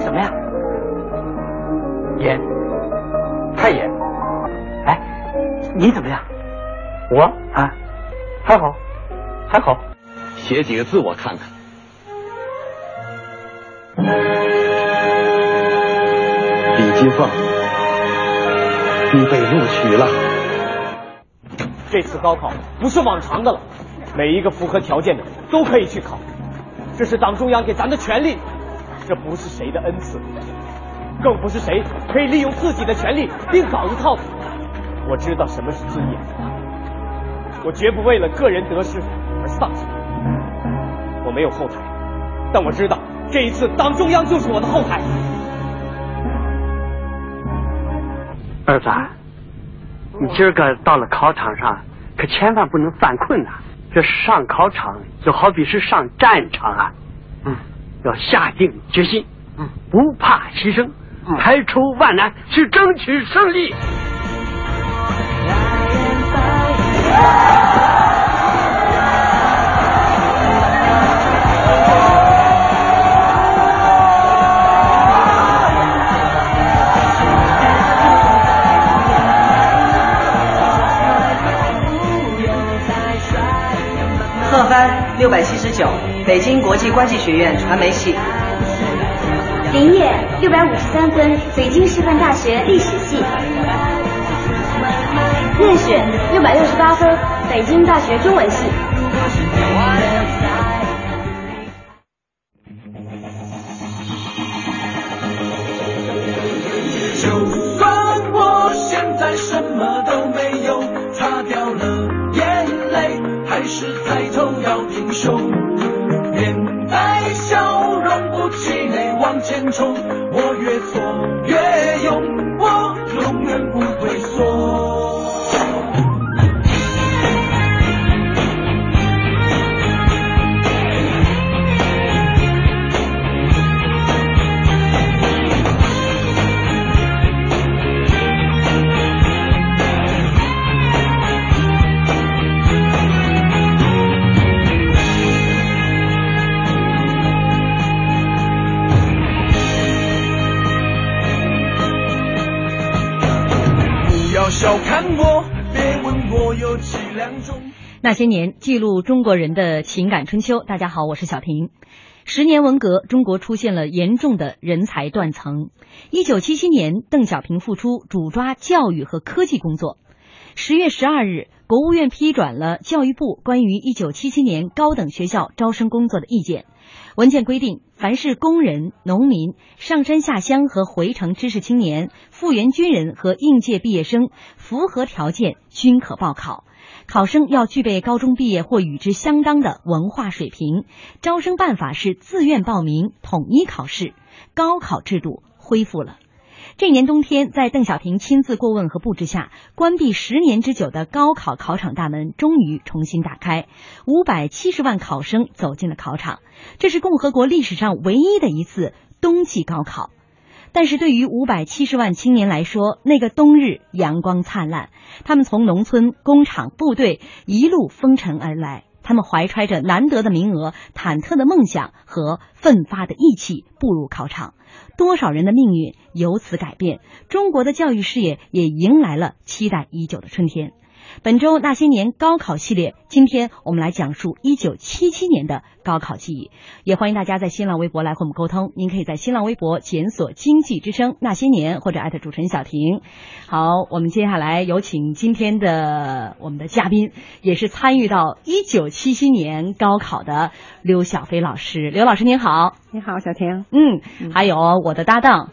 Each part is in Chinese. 什么呀？盐，太盐。哎，你怎么样？我啊，还好，还好。写几个字我看看。李金凤，你被录取了。这次高考不是往常的了，每一个符合条件的都可以去考，这是党中央给咱的权利，这不是谁的恩赐，更不是谁可以利用自己的权利另搞一套的。我知道什么是尊严，我绝不为了个人得失而丧气。我没有后台，但我知道这一次党中央就是我的后台。儿子啊，你今儿个到了考场上，可千万不能犯困呐、这上考场就好比是上战场啊，嗯，要下定决心，嗯，不怕牺牲，排除万难去争取胜利。贺帆六百七十九，北京国际关系学院传媒系。林业六百五十三分，北京师范大学历史系。聂雪六百六十八分，北京大学中文系。就算我现在什么都没有，擦掉了眼泪，还是抬头要挺胸，面带笑容，不气馁往前冲，我越挫越勇，我永远不退缩。不要小看我，别问我有几两重。那些年，记录中国人的情感春秋。大家好，我是小婷。十年文革，中国出现了严重的人才断层。一九七七年，邓小平复出，主抓教育和科技工作。十月十二日，国务院批转了教育部关于一九七七年高等学校招生工作的意见。文件规定，凡是工人、农民、上山下乡和回城知识青年、复员军人和应届毕业生符合条件，均可报考。考生要具备高中毕业或与之相当的文化水平。招生办法是自愿报名，统一考试。高考制度恢复了。这年冬天，在邓小平亲自过问和布置下，关闭十年之久的高考考场大门终于重新打开，五百七十万考生走进了考场。这是共和国历史上唯一的一次冬季高考。但是对于五百七十万青年来说，那个冬日阳光灿烂，他们从农村、工厂、部队一路风尘而来，他们怀揣着难得的名额、忐忑的梦想和奋发的意气步入考场。多少人的命运由此改变，中国的教育事业也迎来了期待已久的春天。本周那些年高考系列，今天我们来讲述一九七七年的高考记忆，也欢迎大家在新浪微博来和我们沟通。您可以在新浪微博检索“经济之声那些年”或者艾特主持人小婷。好，我们接下来有请今天的我们的嘉宾，也是参与到一九七七年高考的刘小飞老师。刘老师您好，你好，小婷。嗯，还有我的搭档，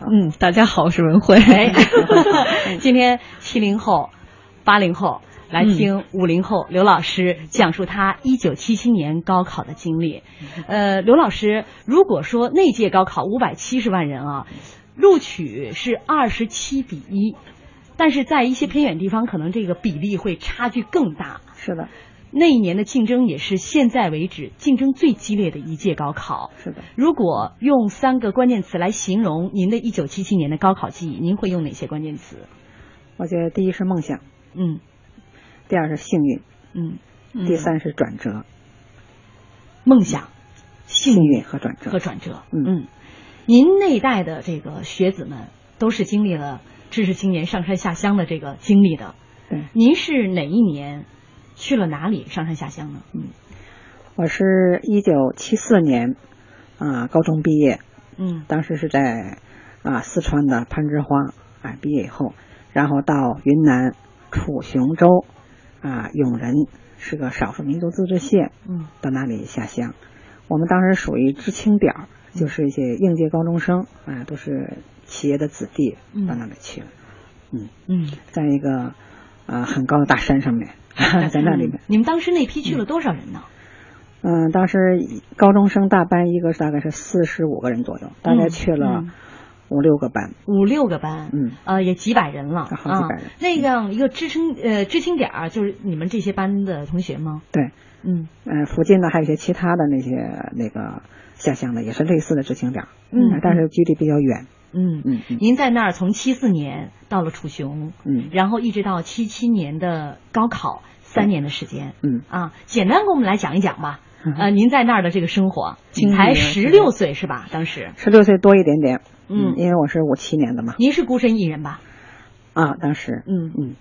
嗯，大家好，我是文慧。 哎，今天七零后、八零后来嗯听五零后刘老师讲述他一九七七年高考的经历。嗯呃，刘老师，如果说那届高考五百七十万人啊，录取是二十七比一，但是在一些偏远地方，可能这个比例会差距更大。是的，那一年的竞争也是现在为止竞争最激烈的一届高考。是的。如果用三个关键词来形容您的1977年的高考记忆，您会用哪些关键词？我觉得第一是梦想，嗯第二是幸运，嗯，嗯第三是转折，梦想、幸运和转折和转折。嗯嗯，您那一代的这个学子们都是经历了知识青年上山下乡的这个经历的。对，您是哪一年去了哪里上山下乡呢？嗯，我是一九七四年啊、高中毕业，嗯当时是在啊、四川的攀枝花啊、毕业以后，然后到云南楚雄州啊、永仁是个少数民族自治县，嗯到那里下乡。我们当时属于知青点嗯儿，就是一些应届高中生啊、都是企业的子弟嗯到那里去了，嗯嗯，在一个啊、很高的大山上面， 在那里面。嗯你们当时那批去了多少人呢？嗯，当时高中生大班一个大概是四十五个人左右，大概去了嗯五六个班。五六个班，嗯，呃，也几百人了啊好几百人啊。那样一个支撑呃支撑点儿，就是你们这些班的同学吗？对，嗯嗯，附近呢还有一些其他的那些那个下乡的，也是类似的知青点儿嗯呃但是距离比较远。嗯嗯嗯您在那儿从七四年到了楚雄，嗯然后一直到七七年的高考，三年的时间，嗯，啊，简单给我们来讲一讲吧。呃，您在那儿的这个生活经，历才啊十六岁是吧？当时，十六岁多一点点。嗯因为我是五七年的嘛。您是孤身一人吧？啊，当时。嗯嗯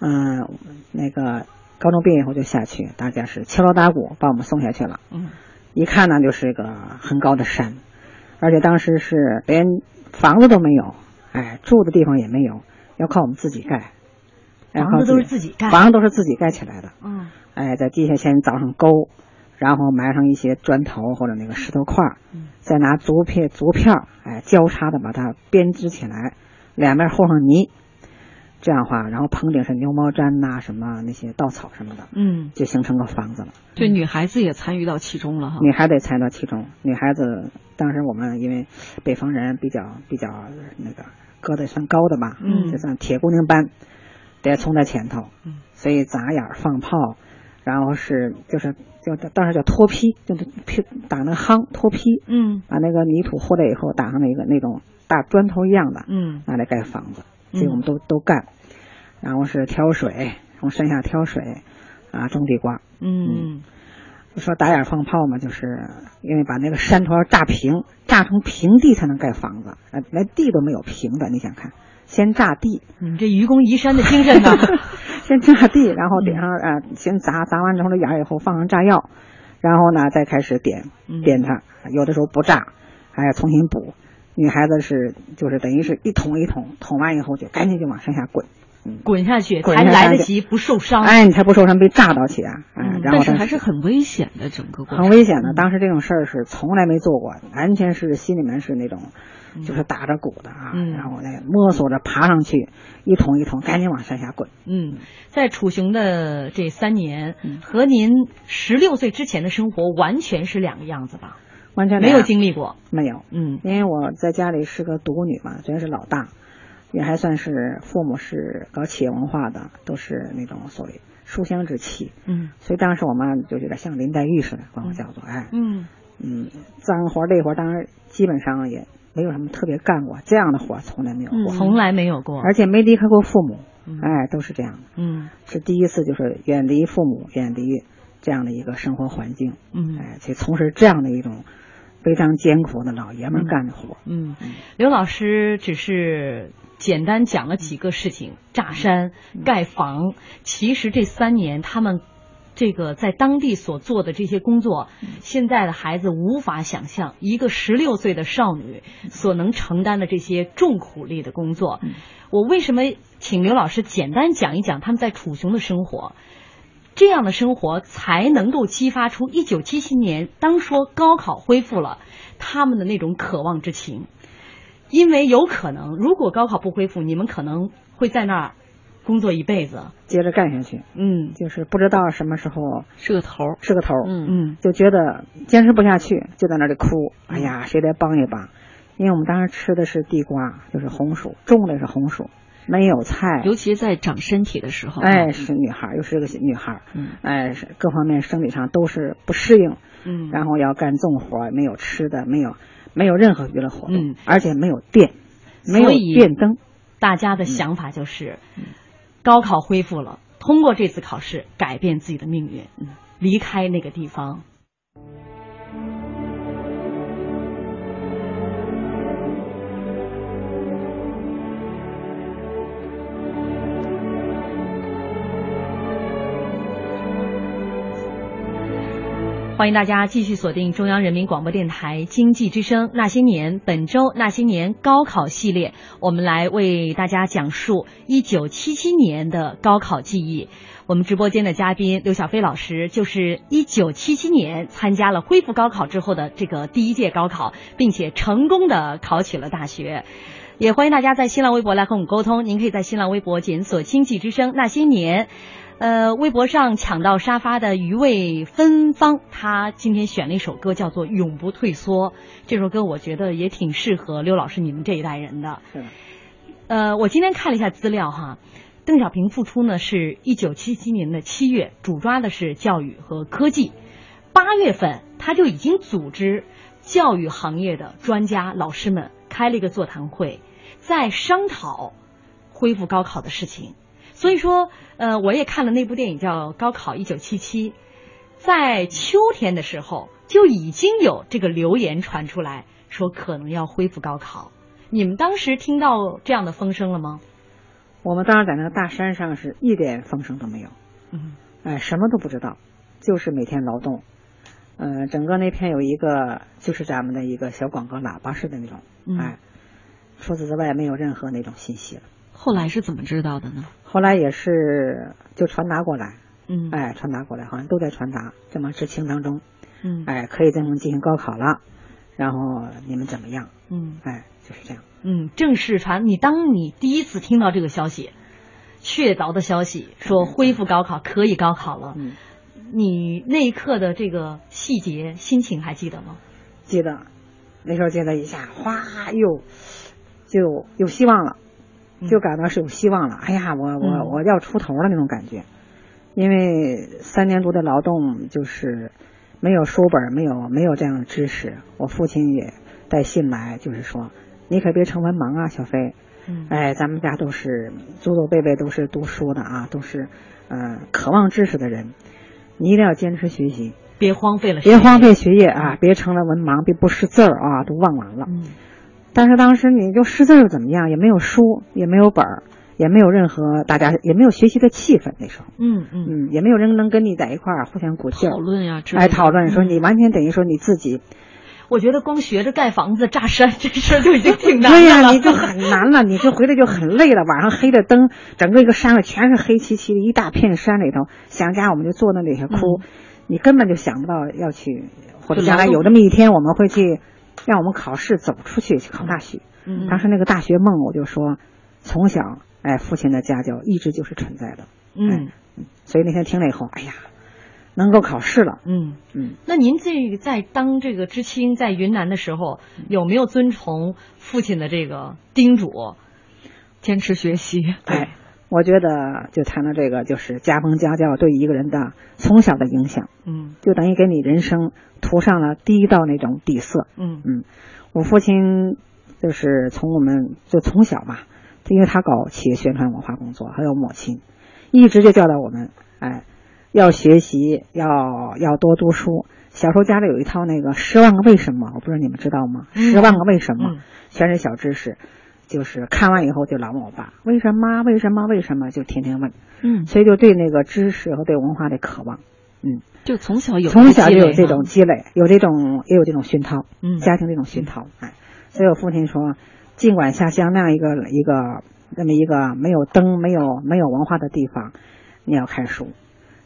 嗯、呃那个高中毕业以后就下去，大家是敲锣打鼓把我们送下去了。嗯一看呢就是个很高的山，而且当时是连房子都没有，哎，住的地方也没有，要靠我们自己盖。哎房子都靠是自己盖房子都是自己盖起来的。嗯哎，在地下先凿上沟，然后埋上一些砖头或者那个石头块儿，嗯再拿竹片竹片儿，哎，交叉的把它编织起来，两面和上泥，这样的话，然后棚顶是牛毛毡呐、什么那些稻草什么的，嗯就形成个房子了。对，女孩子也参与到其中了哈。女孩子也参与到其中。女孩子当时我们因为北方人比较比较那个个子也算高的吧，嗯就算铁姑娘般，得冲在前头，嗯所以砸眼儿放炮，然后是就是就当时叫脱坯，就是坯打那个夯脱坯，嗯把那个泥土和了以后打上那个那种大砖头一样的，嗯拿来盖房子，嗯这个我们都都干。然后是挑水，从山下挑水，啊，种地瓜，嗯说打眼放炮嘛，就是因为把那个山头要炸平，炸成平地才能盖房子，呃，连地都没有平的，你想看，先炸地， 你们这愚公移山的精神呢？先炸地，然后点上嗯啊、呃先砸，砸完之后那眼儿以后放上炸药，然后呢再开始点嗯点它，有的时候不炸，还要重新补。女孩子是就是等于是一桶一桶，桶完以后就赶紧就往山下滚，滚下去滚才下来得山去及不受伤。哎，你才不受伤被炸到起啊！哎、嗯然但后是再还是很危险的，整个过程很危险的。当时这种事儿是从来没做过，完全是心里面是那种，就是打着鼓的啊，嗯然后再摸索着爬上去，一桶一桶赶紧往山下滚。嗯，在楚雄的这三年，和您十六岁之前的生活完全是两个样子吧？完全没有经经历过。没有，嗯因为我在家里是个独女嘛，虽然是老大，也还算是父母是搞企业文化的，都是那种所谓书香之气，嗯所以当时我妈就有点像林黛玉似的，管我叫做哎，嗯嗯，脏活儿累活儿当然基本上也没有什么特别干过，这样的活儿从来没有过。嗯从来没有过。而且没离开过父母，啊嗯哎，都是这样的。嗯是第一次就是远离父母，远离这样的一个生活环境，嗯哎，去从事这样的一种非常艰苦的老爷们儿干的活。嗯，刘老师只是简单讲了几个事情：炸山、盖房。其实这三年他们。这个在当地所做的这些工作，现在的孩子无法想象一个十六岁的少女所能承担的这些重苦力的工作。我为什么请刘老师简单讲一讲他们在楚雄的生活？这样的生活才能够激发出一九七七年当说高考恢复了他们的那种渴望之情，因为有可能如果高考不恢复，你们可能会在那儿工作一辈子。接着干下去，嗯就是不知道什么时候是个头儿。是个头儿，嗯，嗯就觉得坚持不下去，就在那里哭。哎呀，谁来帮一把？因为我们当时吃的是地瓜，就是红薯，种的是红薯，没有菜，尤其在长身体的时候，嗯哎，是女孩儿，又是个女孩儿，哎，是各方面生理上都是不适应，嗯，然后要干重活儿，没有吃的，没有没有任何娱乐活动，嗯而且没有电，没有所以电灯，大家的想法就是，嗯高考恢复了，通过这次考试改变自己的命运，离开那个地方。欢迎大家继续锁定中央人民广播电台经济之声《那些年》，本周《那些年》高考系列，我们来为大家讲述一九七七年的高考记忆。我们直播间的嘉宾刘小飞老师，就是一九七七年参加了恢复高考之后的这个第一届高考，并且成功的考取了大学。也欢迎大家在新浪微博来和我们沟通，您可以在新浪微博检索“经济之声那些年”。呃，微博上抢到沙发的余味芬芳，他今天选了一首歌叫做《永不退缩》，这首歌我觉得也挺适合刘老师你们这一代人的。是的呃，我今天看了一下资料哈，邓小平复出呢是一九七七年的七月，主抓的是教育和科技。八月份他就已经组织教育行业的专家老师们开了一个座谈会，在商讨恢复高考的事情。所以说，呃，我也看了那部电影叫《高考一九七七》，在秋天的时候就已经有这个流言传出来说可能要恢复高考。你们当时听到这样的风声了吗？我们当时在那个大山上是一点风声都没有，嗯，哎，什么都不知道，就是每天劳动。呃，整个那片有一个就是咱们的一个小广告喇叭似的那种，嗯哎，除此之外没有任何那种信息了。后来是怎么知道的呢？后来也是就传达过来，嗯哎，传达过来，好像都在传达，这么知情当中，嗯哎，可以这么进行高考了，然后你们怎么样？嗯哎，就是这样。嗯，正式传你当你第一次听到这个消息，确凿的消息说恢复高考可以高考了，嗯，你那一刻的这个细节心情还记得吗？记得那时候记得一下，哗，又就有希望了，就感到是有希望了。哎呀，我我嗯我要出头了那种感觉，因为三年多的劳动就是没有书本，没有没有这样的知识。我父亲也带信来，就是说你可别成文盲啊，小飞。嗯哎，咱们家都是祖祖辈辈都是读书的啊，都是呃渴望知识的人，你一定要坚持学习。别荒废了，别荒废学业啊，别成了文盲，别不识字儿啊，都忘完了。但是当时你就识字儿又怎么样？也没有书，也没有本儿，也没有任何大家也没有学习的气氛。那时候，嗯嗯，嗯，也没有人能跟你在一块儿互相鼓劲儿讨论呀之类的嗯哎，讨论说你完全等于说你自己，我觉得光学着盖房子、炸山这事儿就已经挺难的了。对呀、你就很难了，你就回来就很累了。晚上黑着灯，整个一个山里啊全是黑漆漆的一大片山里头，想家我们就坐那里头哭，你根本就想不到要去，或者就将劳来动有这么一天我们会去，让我们考试走出去去考大学。嗯当时那个大学梦，我就说，从小哎，父亲的家教一直就是存在的，嗯所以那天听了以后，哎呀，能够考试了，嗯嗯，那您这个在当这个知青在云南的时候，嗯有没有遵从父亲的这个叮嘱，坚持学习，哎，我觉得就谈到这个，就是家风家教对一个人的从小的影响，嗯就等于给你人生涂上了第一道那种底色。嗯嗯，我父亲就是从我们就从小嘛，因为他搞企业宣传文化工作，还有母亲，一直就教导我们，哎，要学习，要要多读书。小时候家里有一套那个《十万个为什么》，我不知道你们知道吗？嗯十万个为什么》嗯全是小知识，就是看完以后就老问我爸为什么为什么为什么，就天天问，嗯，所以就对那个知识和对文化的渴望，嗯。就从小有从小就有这这个积累种哈积累，有这种也有这种熏陶，嗯家庭这种熏陶，哎，所以我父亲说，尽管下乡那样一个一个那么一个没有灯、没有没有文化的地方，你要看书。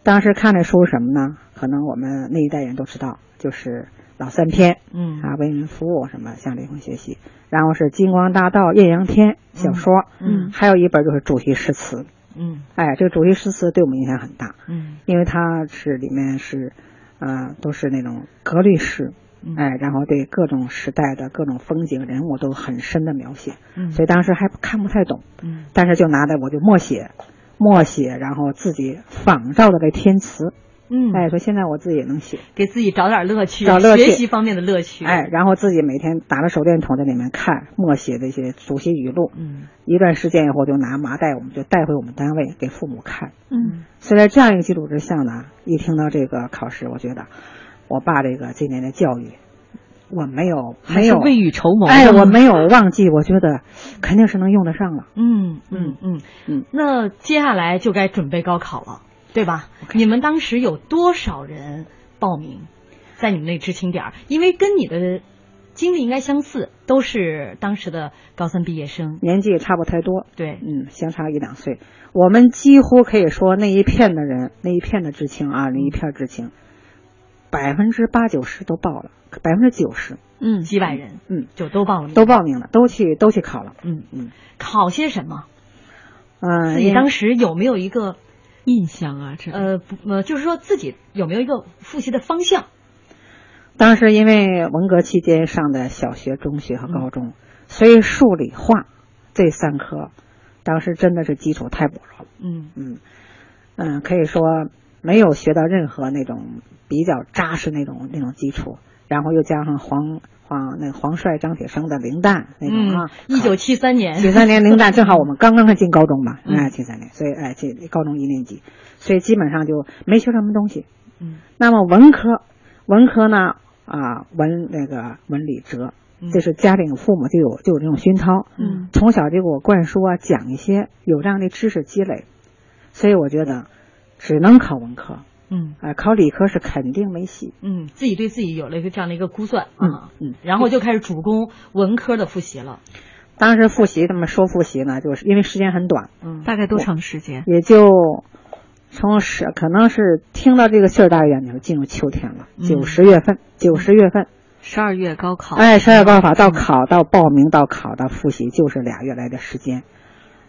当时看的书是什么呢？可能我们那一代人都知道，就是老三篇，嗯啊，为民服务什么，向灵魂学习，然后是《金光大道》《艳阳天》小说，嗯嗯还有一本就是主题诗词，嗯哎，这个主题诗词对我们影响很大，嗯因为它是里面是，呃，都是那种格律诗，嗯嗯哎，然后对各种时代的各种风景、人物都很深的描写，嗯所以当时还看不太懂，嗯但是就拿着我就默写，默写，然后自己仿照着这天词，嗯，哎，所以现在我自己也能写，给自己找点乐趣，找乐趣学习方面的乐趣。哎，然后自己每天拿着手电筒在里面看默写这些主席语录，嗯一段时间以后就拿麻袋，我们就带回我们单位给父母看。嗯所以在这样一个基础之下呢，一听到这个考试，我觉得我爸这个今年的教育，我没有还没是有未雨绸缪的哎，我没有忘记，我觉得肯定是能用得上了。嗯嗯嗯嗯，那接下来就该准备高考了，对吧你们当时有多少人报名？在你们那知青点儿，因为跟你的经历应该相似，都是当时的高三毕业生。年纪也差不太多，对，嗯，相差一两岁。我们几乎可以说那一片的人，那一片的知青啊，那一片知青，百分之八九十都报了，百分之九十嗯，几百人，嗯，就都报了名，都报名了，都去都去考了。嗯嗯，考些什么？嗯，自己当时有没有一个印象啊，这呃不呃，就是说自己有没有一个复习的方向？当时因为文革期间上的小学、中学和高中，所以数理化这三科，当时真的是基础太薄弱了。嗯嗯嗯，可以说没有学到任何那种比较扎实那种那种基础，然后又加上黄黄那黄帅、张铁生的零蛋那种啊，嗯一九七三年，九三年零 蛋正好我们刚刚才进高中嘛，嗯哎，九三年，所以哎，这高中一年级，所以基本上就没学什么东西。嗯，那么文科，文科呢啊，文那个文理哲嗯，这是家里有父母就有就有这种熏陶，嗯，从小就给我灌输啊，讲一些有这样的知识积累，所以我觉得只能考文科，嗯啊，考理科是肯定没戏。嗯，自己对自己有了一个这样的一个估算啊，嗯嗯然后就开始主攻文科的复习了，当时复习，他们说复习呢，就是因为时间很短，嗯，大概多长时间？也就从十，可能是听到这个气儿大一点，你就进入秋天了，嗯九十月份，九十月份，十二月高考，哎，十二高考到考到报名到考到复习，就是俩月来的时间。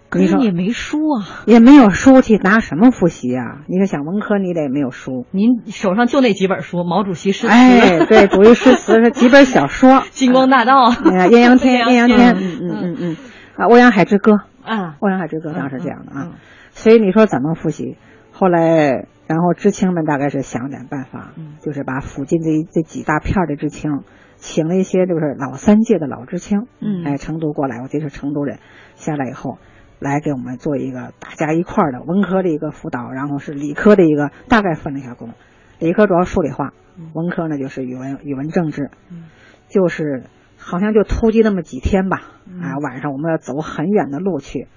可你是说你也没输啊。也没有书去拿什么复习啊？你说想文科，你得没有书。您手上就那几本书，毛主席诗词， 哎，对，主义诗词是几本小说，金光大道，哎呀，艳阳 天，艳阳天，嗯嗯嗯嗯嗯，啊，欧阳海之歌，啊，欧阳海之歌当时这样的嗯嗯啊，所以你说怎么复习？后来，然后知青们大概是想点办法，就是把附近这一这几大片儿的知青，请了一些就是老三届的老知青，嗯哎，成都过来，我这是成都人，下来以后。来给我们做一个大家一块儿的文科的一个辅导，然后是理科的一个大概分了一下工，理科主要数理化，文科呢就是语文、语文、政治，就是好像就突击那么几天吧，啊，晚上我们要走很远的路去，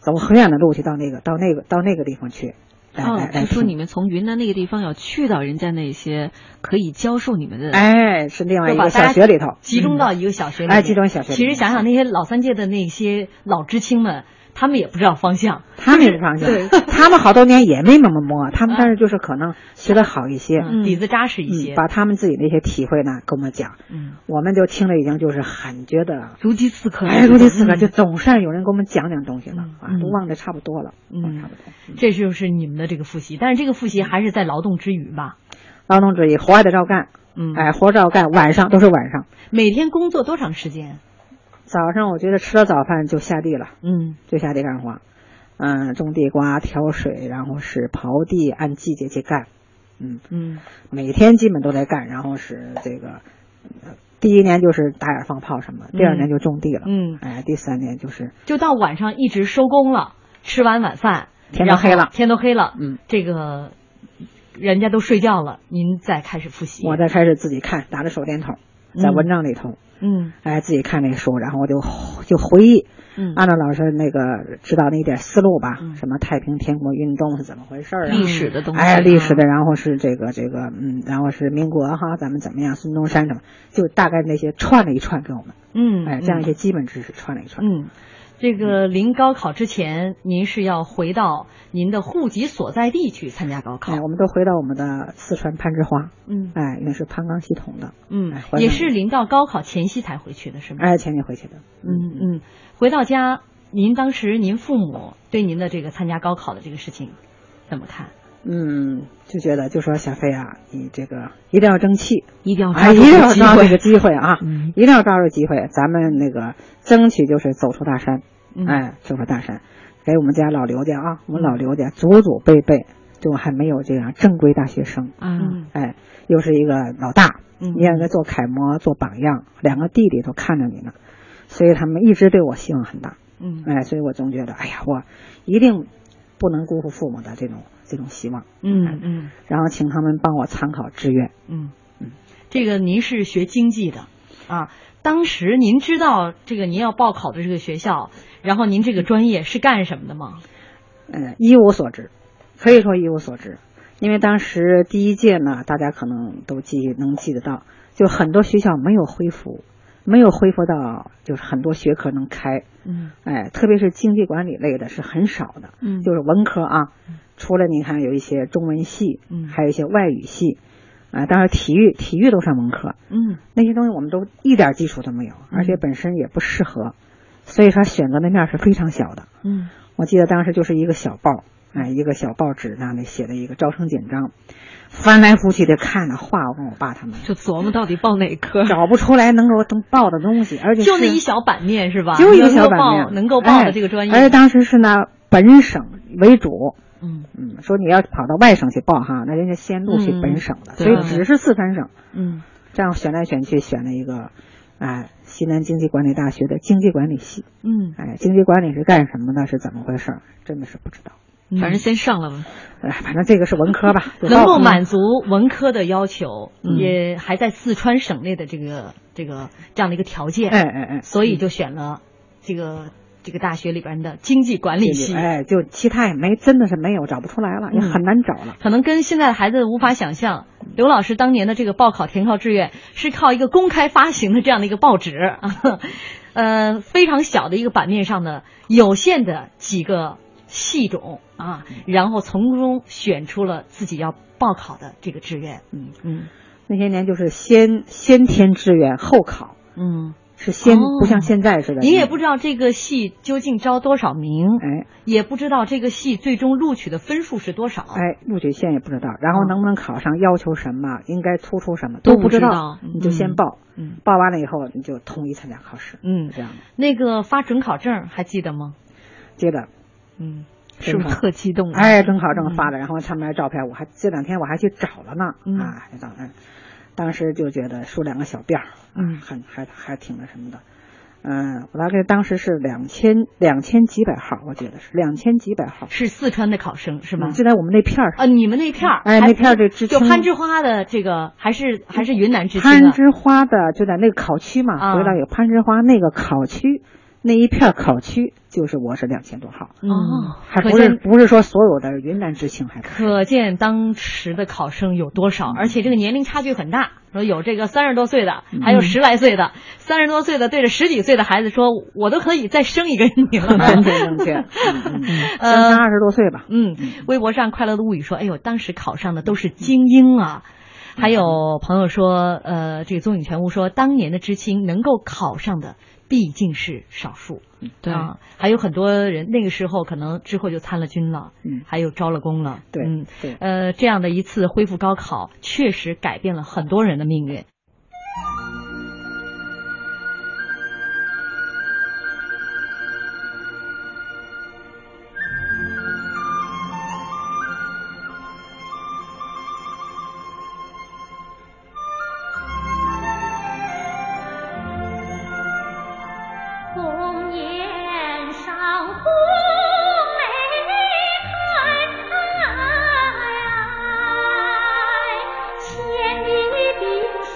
走很远的路去到那个到那个到那个地方去，来哦来，来就说听你们从云南那个地方要去到人家那些可以教授你们的，哎是另外就一把个大小家学里头，集中到一个小学里面，哎集中小学里其实想想那些老三届的那些老知青们，他们也不知道方向，他们也是方向，他们好多年也没怎么摸，他们但是就是可能学得好一些，嗯，底子扎实一嗯，些，把他们自己的一些体会呢跟我们讲，嗯，我们就听着已经就是很觉得如饥似渴，哎，如饥似渴，就总算有人给我们讲讲东西了啊嗯，都忘得差不多了，嗯嗯，差不多。这就是你们的这个复习，但是这个复习还是在劳动之余吧，劳动之意，活还得照干，嗯，哎，活照干，晚上都是晚上，每天工作多长时间？早上我觉得吃了早饭就下地了，嗯就下地干活，嗯，种地瓜、挑水，然后是刨地，按季节去干，嗯，嗯每天基本都在干，然后是这个。呃第一年就是打眼放炮什么，第二年就种地了，嗯，哎，第三年就是就到晚上一直收工了，吃完晚饭，天都黑了然后天都黑了，嗯，这个人家都睡觉了，您再开始复习。我再开始自己看，拿着手电筒，在嗯文章里头，嗯哎，自己看那书，然后我就就回忆，嗯按照老师那个指导那一点思路吧，嗯什么太平天国运动是怎么回事儿啊？历史的东西，哎，历史嗯的，，然后是这个这个，嗯，然后是民国哈，咱们怎么样？孙中山什么，就大概那些串了一串给我们，嗯，哎，这样一些基本知识串了一串。嗯。嗯这个临高考之前，您是要回到您的户籍所在地去参加高考哎，。我们都回到我们的四川攀枝花，嗯哎，那是攀钢系统的，嗯哎，回到也是临到高考前夕才回去的，是吗？哎，前年回去的，嗯嗯。回到家，您当时您父母对您的这个参加高考的这个事情怎么看？嗯，就觉得就说小飞啊，你这个一定要争气，一定要啊，哦抓一住定要机抓住会这个机会啊，嗯一定要抓住机会，咱们那个争取就是走出大山，嗯哎，走出大山，给我们家老刘家啊，我们老刘家祖祖辈辈就还没有这样正规大学生，啊，哎，又是一个老大，嗯你也该做楷模、做榜样，两个弟弟都看着你呢，所以他们一直对我希望很大，嗯哎，所以我总觉得，哎呀，我一定不能辜负父母的这种这种希望，嗯嗯然后请他们帮我参考志愿。嗯，这个您是学经济的啊，当时您知道这个您要报考的这个学校，然后您这个专业是干什么的吗？嗯，一无所知，可以说一无所知，因为当时第一届呢，大家可能都记能记得到，就很多学校没有恢复，没有恢复到就是很多学科能开，嗯哎，特别是经济管理类的是很少的，嗯就是文科啊，除了你看有一些中文系，嗯还有一些外语系，啊，当然体育体育都上文科，嗯那些东西我们都一点基础都没有，而且本身也不适合，所以说选择的面是非常小的。嗯我记得当时就是一个小报，哎，一个小报纸那里写的一个招生简章，翻来覆去的看了，话我跟我爸他 们就琢磨到底报哪科，找不出来能够能报的东西，而且就那是一小版面是吧？就一个小版能够报面能够报哎的这个专业，而且当时是呢本省为主，嗯嗯，说你要跑到外省去报哈，那人家先录取本省的，嗯所以对只是四川省，嗯这样选来选去选了一个，哎，西南经济管理大学的经济管理系，嗯，哎，经济管理是干什么的？是怎么回事儿？真的是不知道。反正先上了吧，哎，反正这个是文科吧，就嗯能报够考满足文科的要求，嗯也还在四川省内的这个这个这样的一个条件，哎哎哎所以就选了这个这个大学里边的经济管理系，哎，就其他也没，真的是没有，找不出来了，也嗯很难找了。可能跟现在的孩子无法想象，刘老师当年的这个报考填考志愿是靠一个公开发行的这样的一个报纸， 啊呃，非常小的一个版面上的有限的几个系种啊，然后从中选出了自己要报考的这个志愿。嗯嗯那些年就是先先填志愿后考，嗯，是先、哦不像现在似的，您也不知道这个系究竟招多少名，哎也不知道这个系最终录取的分数是多少。哎录取线也不知道，然后能不能考上，要求什么，应该突出什么哦都都不知知道道，你就先嗯报，嗯报完了以后你就统一参加考试，嗯是这样的。那个发准考证还记得吗？接着嗯，是准不考是特激动啊？哎，准考证嗯发了，然后上面照片，我还这两天我还去找了呢，嗯啊，当然，当时就觉得梳两个小辫儿，啊嗯很还还挺那什么的，嗯，我大概当时是两千两千几百号，我觉得是两千几百号，是四川的考生是嗯吗？就在我们那片儿上，呃，你们那片儿，哎还那片儿这知就青攀枝花的这个，还是还是云南知青攀啊？枝花的就在那个考区啊嘛，回到有攀枝花那个考区。那一片儿考区就是我是两千多号，哦，还可不是见不是说所有的云南知青还不是可见当时的考生有多少，而且这个年龄差距很大。说有这个三十多岁的，嗯还有十来岁的，三十多岁的对着十几岁的孩子说，我都可以再生一个你了。啊呃完全正确， 嗯嗯相差二十多岁吧。嗯，微博上快乐的物语说：“哎呦，当时考上的都是精英啊。”还有朋友说：“呃，这个宗影全屋说，当年的知青能够考上的毕竟是少数。”对啊，还有很多人那个时候可能之后就参了军了，嗯还有招了工了，对嗯，对呃，这样的一次恢复高考，确实改变了很多人的命运。红颜少妇泪开，千里冰霜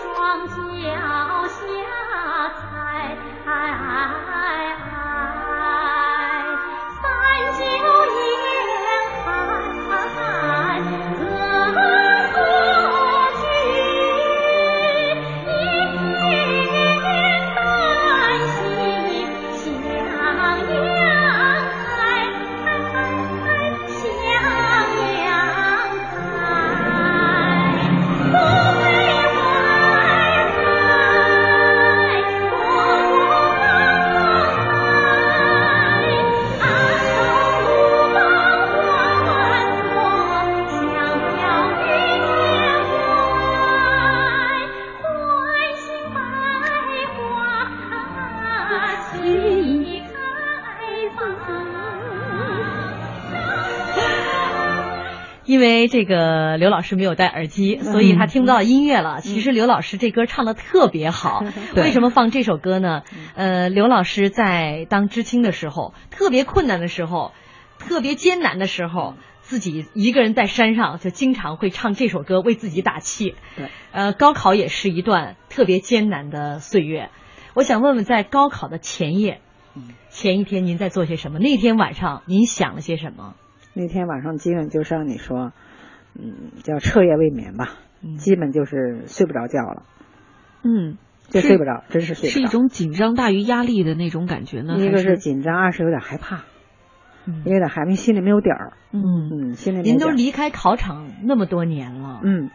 因为这个刘老师没有戴耳嗯机，所以他听不到音乐了。其实刘老师这歌唱的特 别好，为什么放这首歌呢？嗯呃，刘老师在当知青的时候，特别困难的时候，特别艰难的时候。嗯自己一个人在山上，就经常会唱这首歌为自己打气。对，呃，高考也是一段特别艰难的岁月。我想问问，在高考的前夜，嗯前一天您在做些什么？那天晚上您想了些什么？那天晚上基本就像你说，嗯，叫彻夜未眠吧，基本就是睡不着觉了。嗯，就睡不着，真是睡不着。是一种紧张大于压力的那种感觉呢？一还个是嗯是紧张，二是有点害怕，有点害怕，心里没有底儿。嗯嗯，心里没有您底都儿离开考场那么多年了，嗯，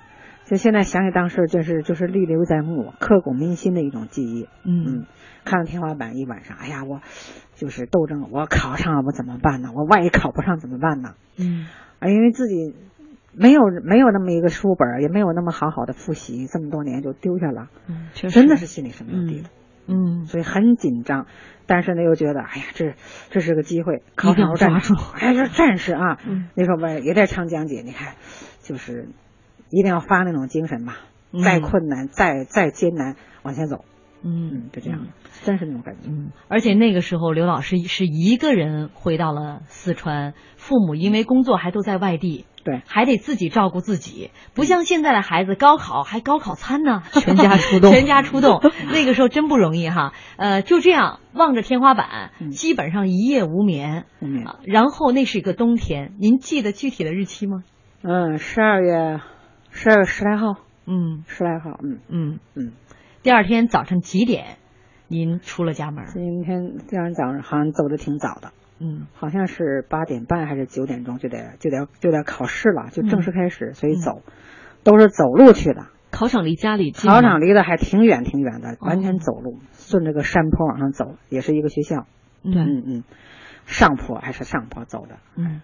就现在想起当时，就是就是历历在目、刻骨铭心的一种记忆。嗯看着天花板一晚上，哎呀，我就是斗争，我考上了我怎么办呢？我万一考不上怎么办呢？嗯啊，因为自己没有没有那么一个书本儿，也没有那么好好的复习，这么多年就丢下了，嗯，真的是心里是没有底的。嗯，所以很紧张，但是呢又觉得，哎呀，这这是个机会，考定场要有战抓士住，哎，这战士啊，嗯那时候我也在唱讲解，你看，就是一定要发那种精神吧，嗯再困难，再再艰难，往前走，嗯，就这样，真是那种感觉，嗯，而且那个时候，刘老师是一个人回到了四川，父母因为工作还都在外地，对，还得自己照顾自己，不像现在的孩子高考还高考餐呢，全家出动 全家出动，那个时候真不容易哈。呃，就这样望着天花板，基本上一夜无眠。嗯啊然后那是一个冬天，您记得具体的日期吗？嗯，十二月十二月十来号，嗯，十来号，嗯嗯嗯，第二天早晨几点您出了家门？今天第二天早上好像走的挺早的，嗯好像是八点半还是九点钟就得就得就得考试了，就正式开始，所以走、都是走路去的。嗯考场离家里近吗，考场离得还挺远挺远的，完全走路，顺着个山坡往上走，也是一个学校。对嗯嗯，上坡还是上坡走的。嗯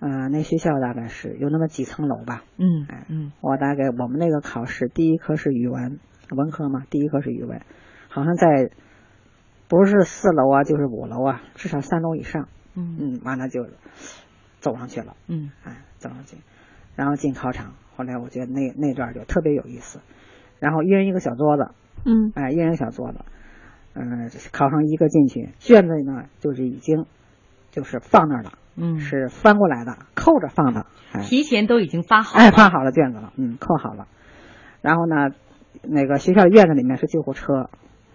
呃，那学校大概是有那么几层楼吧。嗯哎嗯我大概我们那个考试第一科是语文，文科嘛，第一科是语文，好像在不是四楼啊，就是五楼啊，至少三楼以上。嗯嗯，完了就走上去了。嗯哎，走上去，然后进考场。后来我觉得那那段儿就特别有意思，然后一人一个小桌子，嗯哎，一人一个小桌子，嗯、考上一个进去，卷子呢就是已经就是放那儿了，嗯，是翻过来的，扣着放的，哎，提前都已经发好了。哎，发好了卷子了，嗯，扣好了，然后呢，那个学校院子里面是救护车，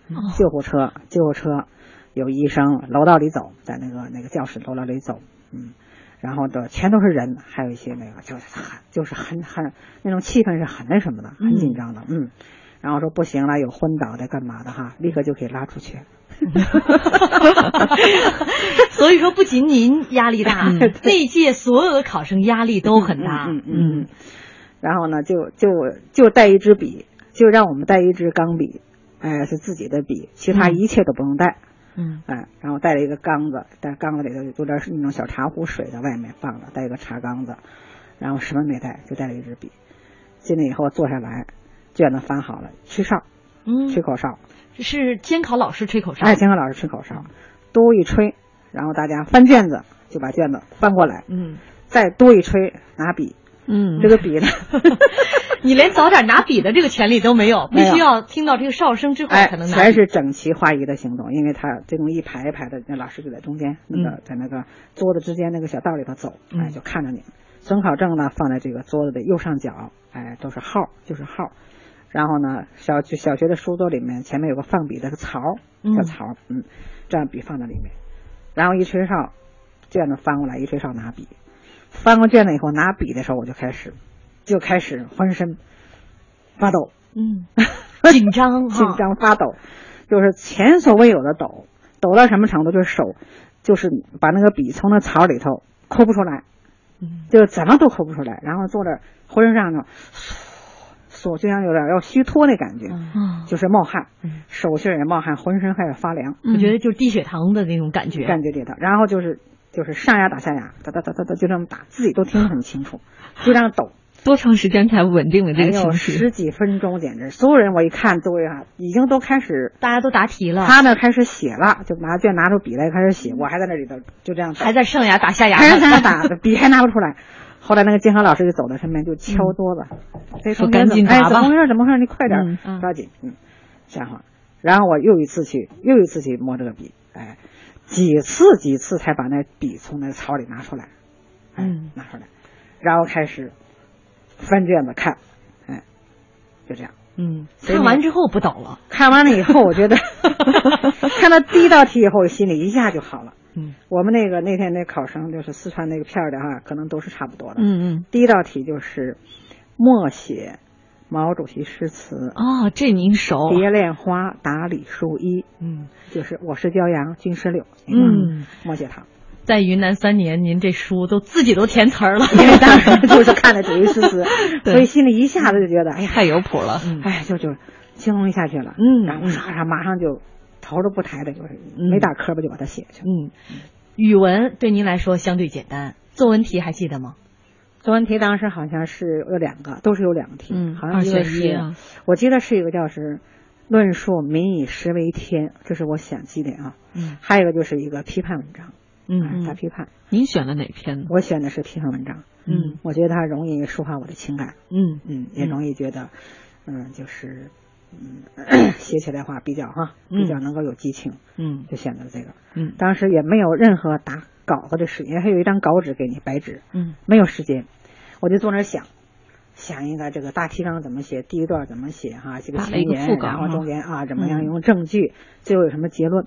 哦救护车，救护车，有医生，楼道里走，在那个那个教室楼道里走，嗯，然后的全都是人，还有一些那个就是很就是很很那种气氛是很那什么的，很紧张的，嗯，然后说不行了，有昏倒的干嘛的哈，立刻就可以拉出去， 所以说，不仅您压力大， 嗯那一届所有的考生压力都很大。嗯嗯嗯，然后呢，就就就带一支笔，就让我们带一支钢笔，哎、是自己的笔，其他一切都不用带。嗯哎，然后带了一个缸子，但缸子里头有点那种小茶壶水在外面放着，带一个茶缸子，然后什么没带，就带了一支笔。进来以后坐下来，卷子翻好了，吹哨，嗯吹口哨，是监考老师吹口哨。哎，监考老师吹口哨，嘟一吹，然后大家翻卷子，就把卷子翻过来，嗯，再嘟一吹，拿笔，嗯这个笔呢， 你连早点拿笔的这个权利都没有，必没须有要听到这个哨声之后 哎才，能拿笔。全是整齐划一的行动，因为他这种一排一排的，那老师就在中间，那个嗯在那个桌子之间那个小道里头走，哎，嗯就看着你。准考证呢放在这个桌子的右上角，哎，都是号，就是号。然后呢，小就小学的书桌里面前面有个放笔的个槽，嗯小槽，嗯，这样笔放在里面。然后一吹哨，卷子翻过来，一吹哨拿笔。翻过卷子以后，拿笔的时候我就开始，就开始浑身发抖，嗯， 紧张啊哈啊紧张发抖，就是前所未有的抖，抖到什么程度？就是手，就是把那个笔从那槽里头抠不出来，嗯就怎么都抠不出来，然后坐着浑身上头，手就像有点要虚脱那感觉，嗯啊就是冒汗，手心儿也冒汗，浑身开始发凉，嗯我觉得就是低血糖的那种感觉。嗯感觉里头，然后就是就是上牙打下牙，哒哒哒哒哒就这么打，自己都听得很清楚，就这样抖。多长时间才稳定了这没个有情绪？哎十几分钟，简直所有人我一看周围啊，已经都开始大家都答题嗯了，他那开始写了，就拿卷拿出笔来开始写，我还在那里头就这样打 还在上牙打下牙呢，还 在那打，笔还拿不出来。 后来那个监考老师就走到身边就敲桌子，这嗯说同学赶紧怎么哎答怎吧么回事？怎么回事？你快点儿嗯，嗯抓紧，嗯，想好。然后我又一次去，又一次去摸这个笔，哎，几次几次才把那笔从那草里拿出来，哎嗯，拿出来，然后开始翻卷子看，哎，就这样。嗯，所以看完你之后不倒了。看完了以后，我觉 得看到第一道题以后，心里一下就好了。嗯，我们那个那天那考生就是四川那个片儿的哈，可能都是差不多的。嗯嗯，第一道题就是默写毛主席诗词。哦，这您熟啊。蝶恋花打李树一，嗯，就是我是骄阳，君十六，嗯，默写它，在云南三年，您这书都自己都填词儿了，，因为当时就是看的主义诗词 所以心里一下子就觉得，哎呀，太有谱了。哎，就就轻松下去了，嗯然后唰唰马上就头都不抬的，就是嗯没打磕巴就把它写去了。嗯，语文对您来说相对简单，作文题还记得吗？作文题当时好像是有两个，都是有两个题，嗯好像一二个选一是，啊我记得是一个叫是论述“民以食为天”，这是我想记得啊，嗯还有一个就是一个批判文章，嗯，大批判，您选了哪篇呢？我选的是批判文章，嗯，我觉得它容易抒发我的情感，嗯嗯，也容易觉得，嗯，就是，嗯， 写起来话比较哈，比较能够有激情，嗯就选择这个，嗯当时也没有任何打稿子的时间，还有一张稿纸给你白纸，嗯没有时间，我就坐那儿想，想一个这个大提纲怎么写，第一段怎么写哈，这个打了前一个言副，稿然后哈中间啊怎么样嗯用证据，最后有什么结论，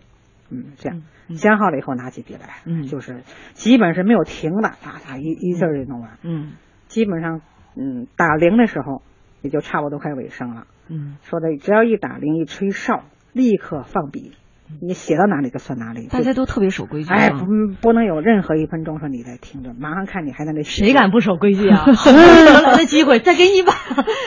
嗯，这样想好了以后拿起笔来，嗯就是基本是没有停的，哒哒一一字儿就弄完，嗯基本上嗯打铃的时候也就差不多快尾声了，嗯说的只要一打铃一吹哨，立刻放笔，你写到哪里就算哪里，大家都特别守规矩啊。哎，不不能有任何一分钟说你在听着，马上看你还在那写谁敢不守规矩 啊？ 好不容易得来的机会，再给你一把，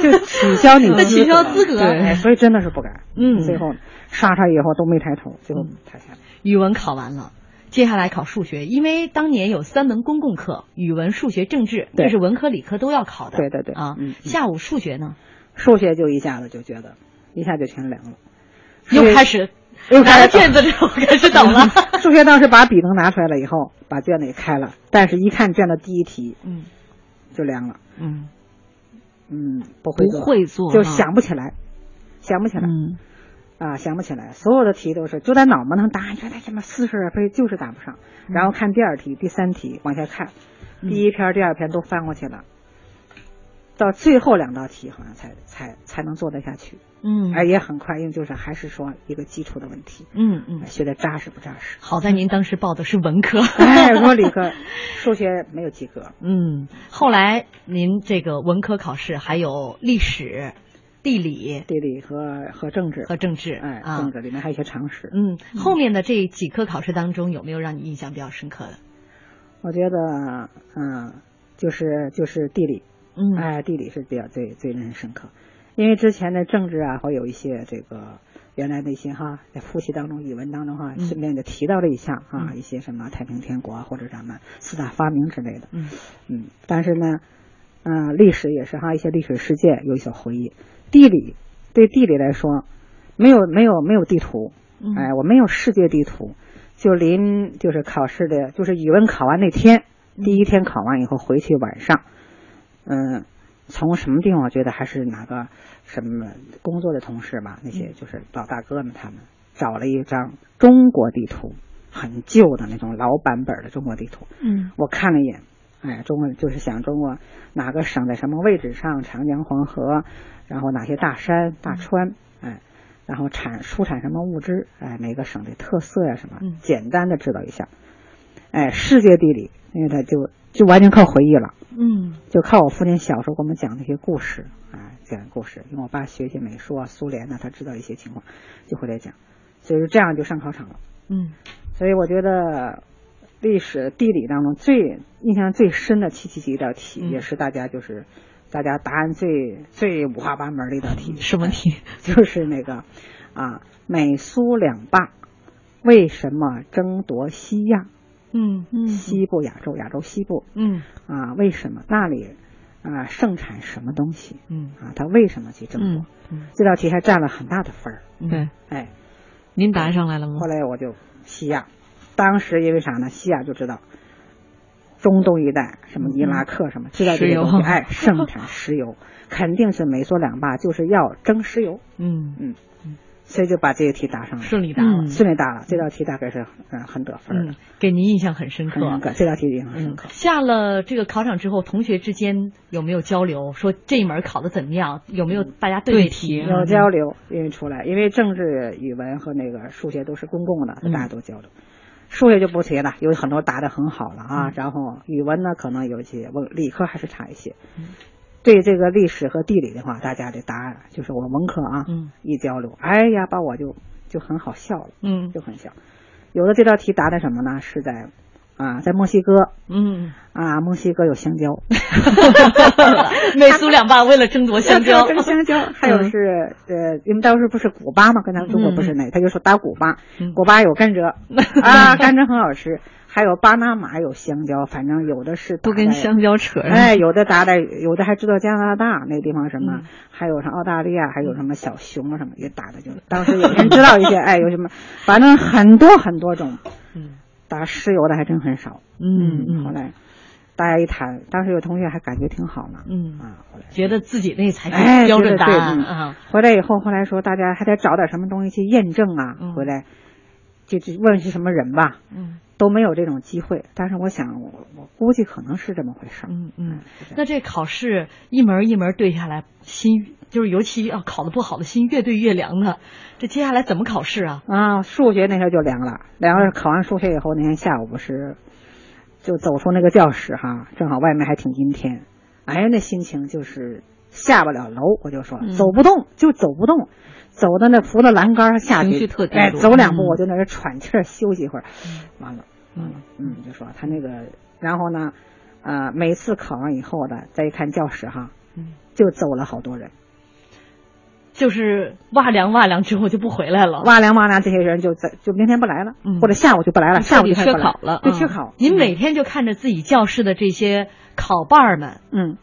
就 取消你再的取消资格。哎对，所以真的是不敢。嗯最后刷刷以后都没抬头，最后抬下来。语文考完了。接下来考数学，因为当年有三门公共课，语文、数学、政治，对这是文科、理科都要考的。对对对啊，嗯嗯下午数学呢，数学就一下子就觉得，一下就全凉了，又数学开始又拿开着始卷子之后开始 等了。数学当时把笔能拿出来了以后，把卷子也开了，但是一看卷的第一题嗯就凉了，嗯，嗯，不会做，不会做就啊想不起来，想不起来。嗯啊，想不起来，所有的题都是就在脑门上答，原来这么四十分就是答不上，嗯然后看第二题、第三题往下看，嗯第一篇、第二篇都翻过去了，到最后两道题好像才才才能做得下去，嗯哎，也很快，因为就是还是说一个基础的问题，嗯嗯，学的扎实不扎实？好在您当时报的是文科，哎，我说理科、数学没有及格， 嗯，后来您这个文科考试还有历史、地理地理和和政治和政治，哎，啊，政治里面还有一些常识，嗯，后面的这几科考试当中，有没有让你印象比较深刻的？我觉得，嗯，就是就是地理，嗯哎，地理是比较最最令人深刻，因为之前的政治啊，会有一些这个原来的一些哈，在复习当中、语文当中哈，嗯顺便就提到了一下啊，嗯一些什么太平天国啊，或者咱们四大发明之类的，嗯嗯，但是呢，嗯，历史也是哈，一些历史事件有一些回忆，地理对地理来说，没有没有没有地图，嗯哎，我没有世界地图，就临就是考试的，就是语文考完那天，第一天考完以后回去晚上，嗯，从什么地方我觉得还是哪个什么工作的同事吧，那些就是老大哥们他们找了一张中国地图，很旧的那种老版本的中国地图，嗯我看了一眼，哎，中国就是想中国哪个省在什么位置上，长江、黄河，然后哪些大山、大川，哎，然后产出产什么物资，哎，每个省的特色呀、什么嗯，简单的知道一下。哎，世界地理，因为它就就完全靠回忆了，嗯就靠我父亲小时候给我们讲那些故事，哎，讲故事，因为我爸学一些美术啊、苏联呢、他知道一些情况，就回来讲，所以就这样就上考场了。嗯所以我觉得历史地理当中最印象最深的七七七道题，嗯也是大家就是大家答案最最五花八门的一道题，嗯什么题？ 就是那个啊，美苏两霸为什么争夺西亚？嗯嗯西部亚洲，亚洲西部嗯啊，为什么那里啊盛产什么东西嗯啊？他为什么去争夺？嗯嗯，这道题还占了很大的分儿，嗯对，哎，您答上来了吗后？来我就西亚，当时因为啥呢？西亚就知道中东一带，什么伊拉克什么，知道这些东嗯石西，油哎，盛产石油，肯定是美索两坝就是要争石油，嗯嗯，所以就把这个题答上了，顺利答了嗯顺利答了，这道题大概是嗯很得分儿的嗯，，给您印象很深刻。很深刻，这道题印象深刻。嗯下了这个考场之后，同学之间有没有交流？说这一门考的怎么样？有没有嗯大家对题？有交流，因为出来，因为政治、语文和那个数学都是公共的，大家都交流。数学就不提了，有很多答得很好了啊。然后语文呢，可能有一些，文理科还是差一些。对这个历史和地理的话，大家的答案就是我文科啊，一交流，哎呀，把我就就很好笑了，嗯，就很笑。有的这道题答的什么呢？是在啊，在墨西哥， 嗯 啊，墨西哥有香蕉，美苏两霸为了争夺 香蕉，跟香蕉，还有是呃，因为当时不是古巴嘛，跟咱们中国不是那，他就说打古巴，古巴有甘蔗啊，甘蔗很好吃，还有巴拿马有香蕉，反正有的是 都都跟香蕉扯上。哎，有的打在，有的还知道加拿大那个地方什么，还有什么澳大利亚，还有什么小熊啊什么也打的，就当时有人知道一些，哎，有什么，反正很多很多种，打石油的还真很少，嗯嗯，后来大家一谈，当时有同学还感觉挺好呢，嗯啊，觉得自己那才哎，是标准答对案对嗯啊。回来以后，后来说大家还得找点什么东西去验证啊，回来就就问是什么人吧，嗯，都没有这种机会。但是我想，我我估计可能是这么回事儿。哎嗯嗯，那这考试一门一门对下来，心就是尤其要考的不好的心越对越凉呢。这接下来怎么考试啊？啊，数学那天就凉了，凉嗯了。考完数学以后，那天下午不是就走出那个教室哈，正好外面还挺阴天，哎呀，那心情就是下不了楼，我就说、嗯走不动就走不动，走到那扶着栏杆儿下去，情绪特低哎，落走两步嗯我就在那儿喘气儿休息一会儿，完了完了，嗯，就说他那个，然后呢，呃，每次考完以后的，再一看教室哈，嗯就走了好多人。就是哇凉哇凉之后就不回来了，哇凉哇凉，这些人就在就明天不来了，或者下午就不来了，下嗯彻午底就缺不来考了，对，嗯缺考。您每天就看着自己教室的这些考伴儿们，嗯，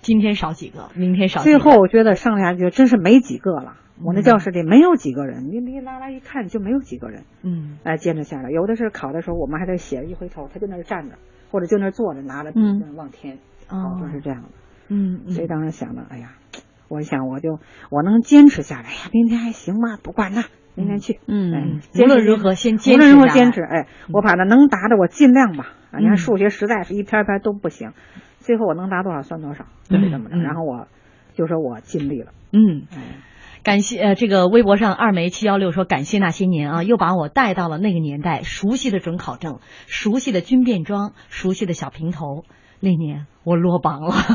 今天少几个，明天少几最个，后我觉得剩下就真是没几个了，我嗯那教室里没有几个人，你你拉拉一看就没有几个人。嗯，哎，坚持下来，有的是考的时候我们还在写，一回头他就那儿站着，或者就那儿坐着，拿着笔嗯在那望天，哦就是这样的。嗯，所以当时想着，哎呀，我一想我就我能坚持下来，哎呀，明天还行吧，不管它，明天去。哎嗯坚无持论如何先坚无持论如何下坚来持，哎，我把它能答的我尽量吧。啊，你嗯看数学实在是一篇儿篇儿都不行，最后我能答多少算多少，就是这么着。嗯然后我就说我尽力了。哎嗯，感谢呃，这个微博上二梅七幺六说感谢那些年啊，又把我带到了那个年代，熟悉的准考证，熟悉的军便装，熟悉的小平头，那年我落榜了。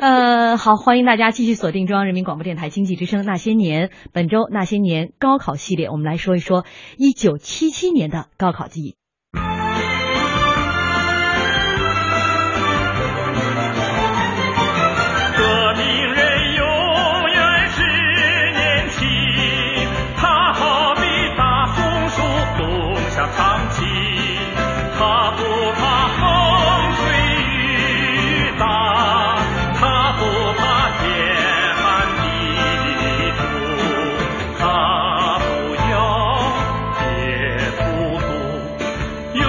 呃，好，欢迎大家继续锁定中央人民广播电台经济之声《那些年》，本周《那些年》高考系列，我们来说一说一九七七年的高考记忆。革命人永远是年轻，他好比大松树种下长青，他不怕风吹雨打，他不怕天寒地冻，他不要别孤独。永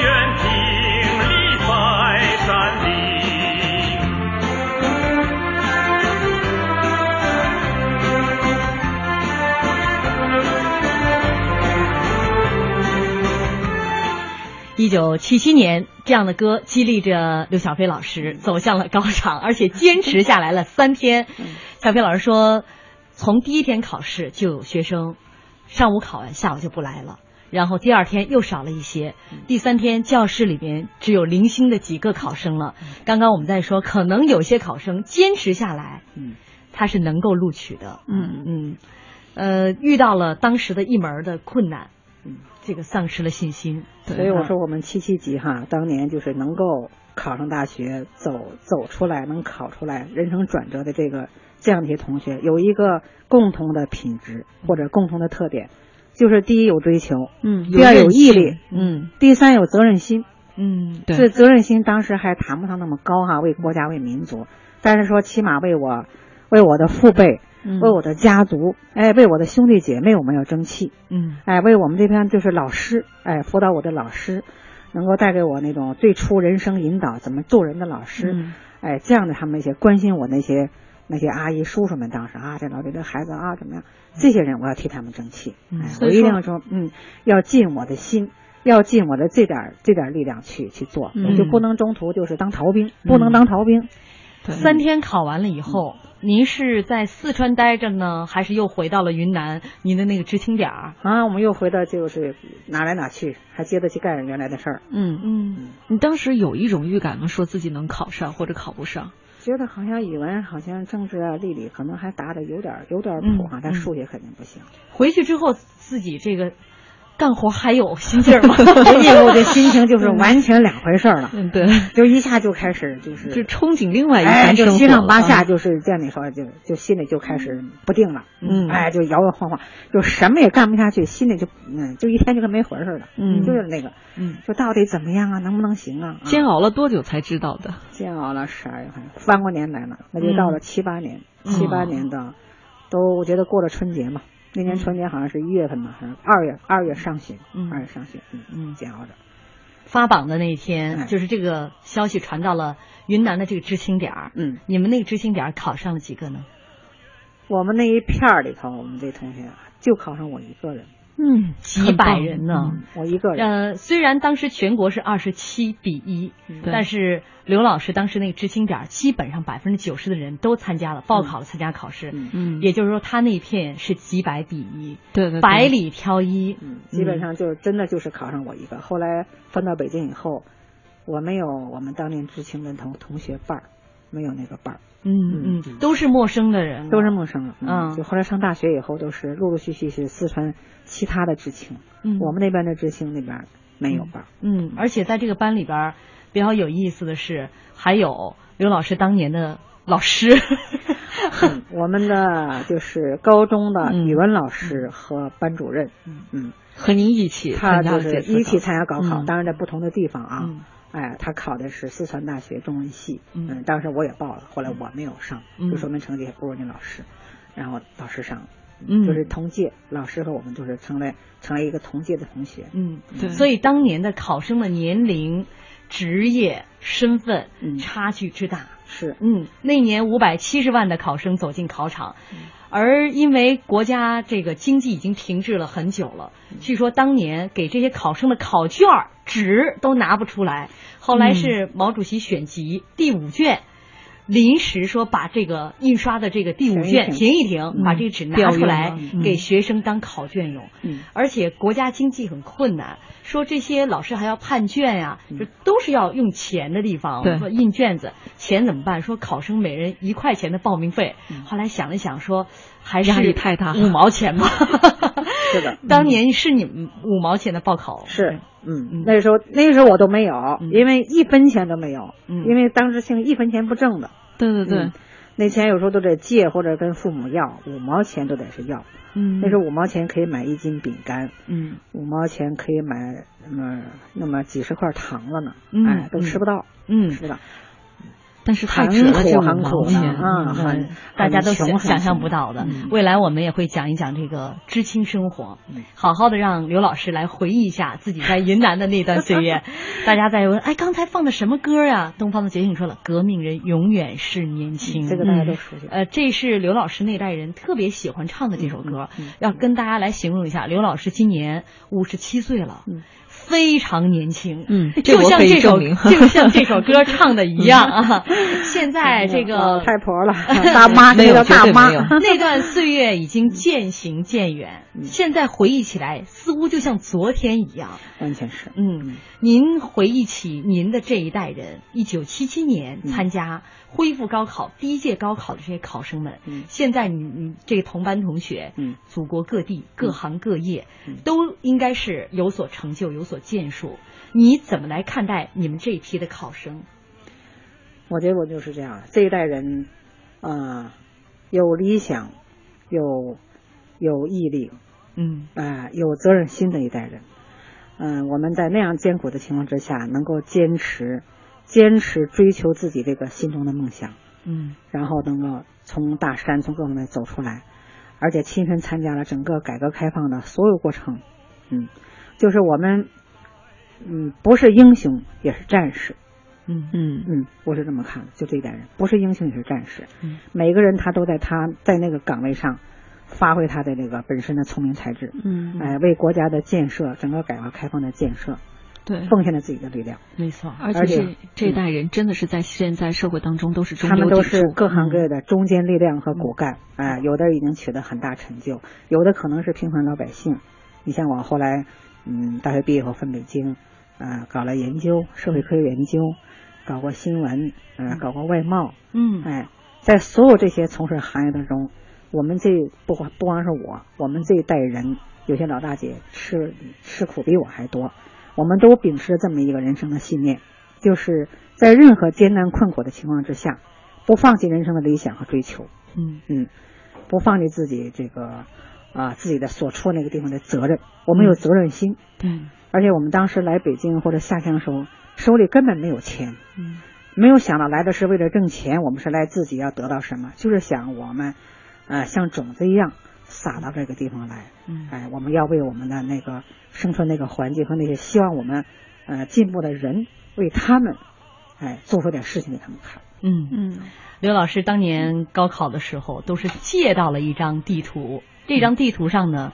远挺立在山顶。一九七七年，这样的歌激励着刘小飞老嗯师走向了高场， 而且坚持下来了三天。嗯小飞老师说，从第一天考试就有学生上午考完，下午就不来了。然后第二天又少了一些，嗯第三天教室里面只有零星的几个考生了。嗯刚刚我们在说，可能有些考生坚持下来，嗯，他是能够录取的。嗯嗯，呃，遇到了当时的一门儿的困难，嗯，这个丧失了信心。所以嗯我说我们七七级哈，当年就是能够考上大学，走走出来，能考出来，人生转折的这个这样的一些同学，有一个共同的品质或者共同的特点，就是第一有追求，嗯第二有毅有力韧性，嗯，第三有责任心，嗯，这责任心当时还谈不上那么高哈、为国家为民族，但是说起码为我，为我的父辈，嗯为我的家族，哎，为我的兄弟姐妹，我们要争气，嗯哎，为我们这边就是老师，哎，辅导我的老师，能够带给我那种最初人生引导怎么做人的老师，嗯哎，这样的他们那些关心我那些那些阿姨叔叔们，当时啊，这老这这孩子啊怎么样，这些人我要替他们争气，嗯哎，所我以一定说要说，嗯，要尽我的心。要尽我的这点儿这点儿力量去去做，嗯我就不能中途就是当逃兵，嗯不能当逃兵。三天考完了以后，您是在四川待着呢，还是又回到了云南您的那个知青点儿？啊，我们又回到就是哪来哪去，还接着去干原来的事儿。嗯嗯，你当时有一种预感吗？说自己能考上或者考不上？觉得好像语文、好像政治啊、地理可能还答的有点儿有点儿嗯谱哈、但数学肯定不 行。？回去之后自己这个干活还有心劲儿 吗回去以后哎这心 情就是完全两回事儿了。嗯，对，就一下就开始就是就憧憬另外一哎，番生就活了，七啊上八下，嗯就是这样你说，就就心里就开始不定了，嗯哎，就摇摇晃晃，就什么也干不下去，心里就嗯，就一天就跟没魂儿似的，嗯就是那个，嗯，就到底怎么样啊，能不能行啊？啊煎熬了多久才知道的？煎熬了十二月份，翻过年来了，那就到了七八年，嗯七八年的，都我觉得过了春节嘛，那嗯年春节好像是一月份嘛，还是二月二月上旬，二月上旬，嗯嗯，煎熬着，发榜的那一天，就是这个消息传到了云南的这个知青点儿。嗯，你们那个知青点儿考上了几个呢？我们那一片儿里头，我们这同学就考上我一个人，嗯，几百人呢。嗯我一个人，呃，虽然当时全国是二十七比一、对但是刘老师当时那个知青点儿，基本上百分之九十的人都参加了报考了，参加考试。嗯也就是说他那一片是几百比一，对对对百里挑一。嗯基本上就是真的就是考上我一个。后来分到北京以后，我没有我们当年知青的同同学伴儿，没有那个伴儿，嗯嗯，都是陌生的人了，都是陌生人。嗯就后来上大学以后，都是陆陆续续是四川其他的知青，嗯我们那边的知青那边没有伴儿。嗯，而且在这个班里边儿比较有意思的是，还有刘老师当年的老师， 嗯我们的就是高中的语文老师和班主任，嗯，和您一起参他加就了是这次一起参加高考，嗯当然在不同的地方啊。嗯哎，他考的是四川大学中文系，嗯嗯，当时我也报了，后来我没有上，嗯就说明成绩还不如那老师，然后老师上了，嗯就是同届，老师和我们就是成为成为一个同届的同学，嗯对所以当年的考生的年龄、职业、身份嗯差距之大。是，嗯，那年五百七十万的考生走进考场，嗯而因为国家这个经济已经停滞了很久了，嗯据说当年给这些考生的考卷儿纸都拿不出来，嗯后来是毛主席选集第五卷。临时说把这个印刷的这个第五停一卷停停一停，嗯把这个纸拿调出用来了嗯给学生当考卷用。嗯而且国家经济很困难，说这些老师还要判卷呀、这都是要用钱的地方，嗯对说印卷子，钱怎么办？说考生每人一块钱的报名费，后来想了想说，还嗯是压力太大了五毛钱 吧。是的，当年是你们五毛钱的报考，是，嗯，那时候那时候我都没有，嗯因为一分钱都没有，嗯因为当时性一分钱不挣的，对对对嗯，那钱有时候都得借或者跟父母要，五毛钱都得是要，嗯那时候五毛钱可以买一斤饼干，嗯五毛钱可以买那么那么几十块糖了呢，嗯哎，都嗯吃不到，嗯，吃不到，但是太很值了，这苦五很毛苦的钱，啊，对很嗯大家都很嗯穷很想想象穷不到的。未来我们也会讲一讲这个知青生活，嗯好好的让刘老师来回忆一下自己在云南的那段岁 月。大家在问，哎，刚才放的什么歌呀？东方的觉醒说了，革命人永远是年轻，嗯这个大家都熟悉嗯呃，这是刘老师那代人特别喜欢唱的这嗯首歌，要跟大家来形容一下。刘老师今年五十七岁了。嗯非常年轻，嗯这就我像可以这首证明就像这首歌唱的一样啊。现在这哎老个太 婆了，大妈，哎没有那叫大妈绝对没有，那段岁月已经渐行渐远，现在回忆起来，似乎就像昨天一样。完全是。嗯，您回忆起您的这一代人，一九七七年参加恢复高考第一届高考的这些考生们，现在你你这个同班同学，嗯，祖国各地各行各业、都应该是有所成就、有所建树。你怎么来看待你们这一批的考生？我觉得我就是这样，这一代人，呃，有理想，有有毅力，嗯，啊、有责任心的一代人。嗯、我们在那样艰苦的情况之下，能够坚持，坚持追求自己这个心中的梦想，嗯然后能够从大山从各方面走出来，而且亲身参加了整个改革开放的所有过程。嗯，就是我们嗯，不是英雄也是战士。嗯嗯嗯，我是这么看的，就这一代人，不是英雄也是战士。嗯每个人他都在他在那个岗位上发挥他的那个本身的聪明才智，嗯哎，为国家的建设，整个改革开放的建设，对奉献了自己的力量。没错，而而且且这这一嗯代人真的是在现在社会当中都是中他们流都砥是柱各行各业嗯的中坚力量和骨干，哎，有的已经取得很大成就，有的可能是平凡老百姓。你像我后来，嗯，大学毕业以后分北京，啊，搞了研究，社会科学研究，搞过新闻，呃，搞过外贸，嗯哎，在所有这些从事行业当中，我们这不光不光是我，我们这一代人，有些老大姐吃吃苦比我还多，我们都秉持这么一个人生的信念，就是在任何艰难困苦的情况之下，不放弃人生的理想和追求，嗯嗯，不放弃自己这个啊自己的所处那个地方的责任，我们有责任心，对，而且我们当时来北京或者下乡的时候，手里根本没有钱，嗯没有想到来的是为了挣钱，我们是来自己要得到什么，就是想我们，呃，像种子一样撒到这个地方来，嗯哎，我们要为我们的那个生存那个环境和那些希望我们呃进步的人，为他们，哎，做出点事情给他们看。嗯嗯，刘老师当年高考的时候，都是借到了一张地图，这嗯张地图上呢，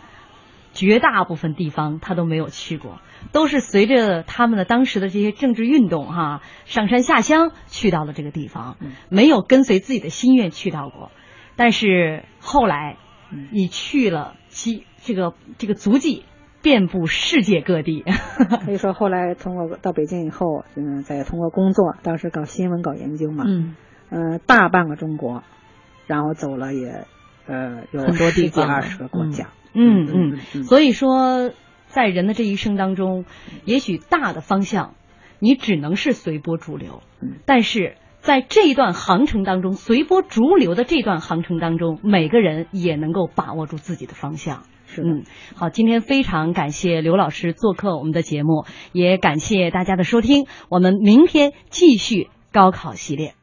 绝大部分地方他都没有去过，都是随着他们的当时的这些政治运动哈、上山下乡去到了这个地方，嗯没有跟随自己的心愿去到过。但是后来，嗯你去了其这个这个足迹遍布世界各地，可以说后来通过到北京以后，嗯，再通过工作，当时搞新闻、搞研究嘛，嗯，呃，大半个中国，然后走了也，呃，有很多地十几方二十个国家，嗯嗯嗯嗯嗯，嗯所以说，在人的这一生当中，也许大的方向，你只能是随波逐流，但是在这一段航程当中，随波逐流的这段航程当中，每个人也能够把握住自己的方向。是嗯，好，今天非常感谢刘老师做客我们的节目，也感谢大家的收听，我们明天继续高考系列。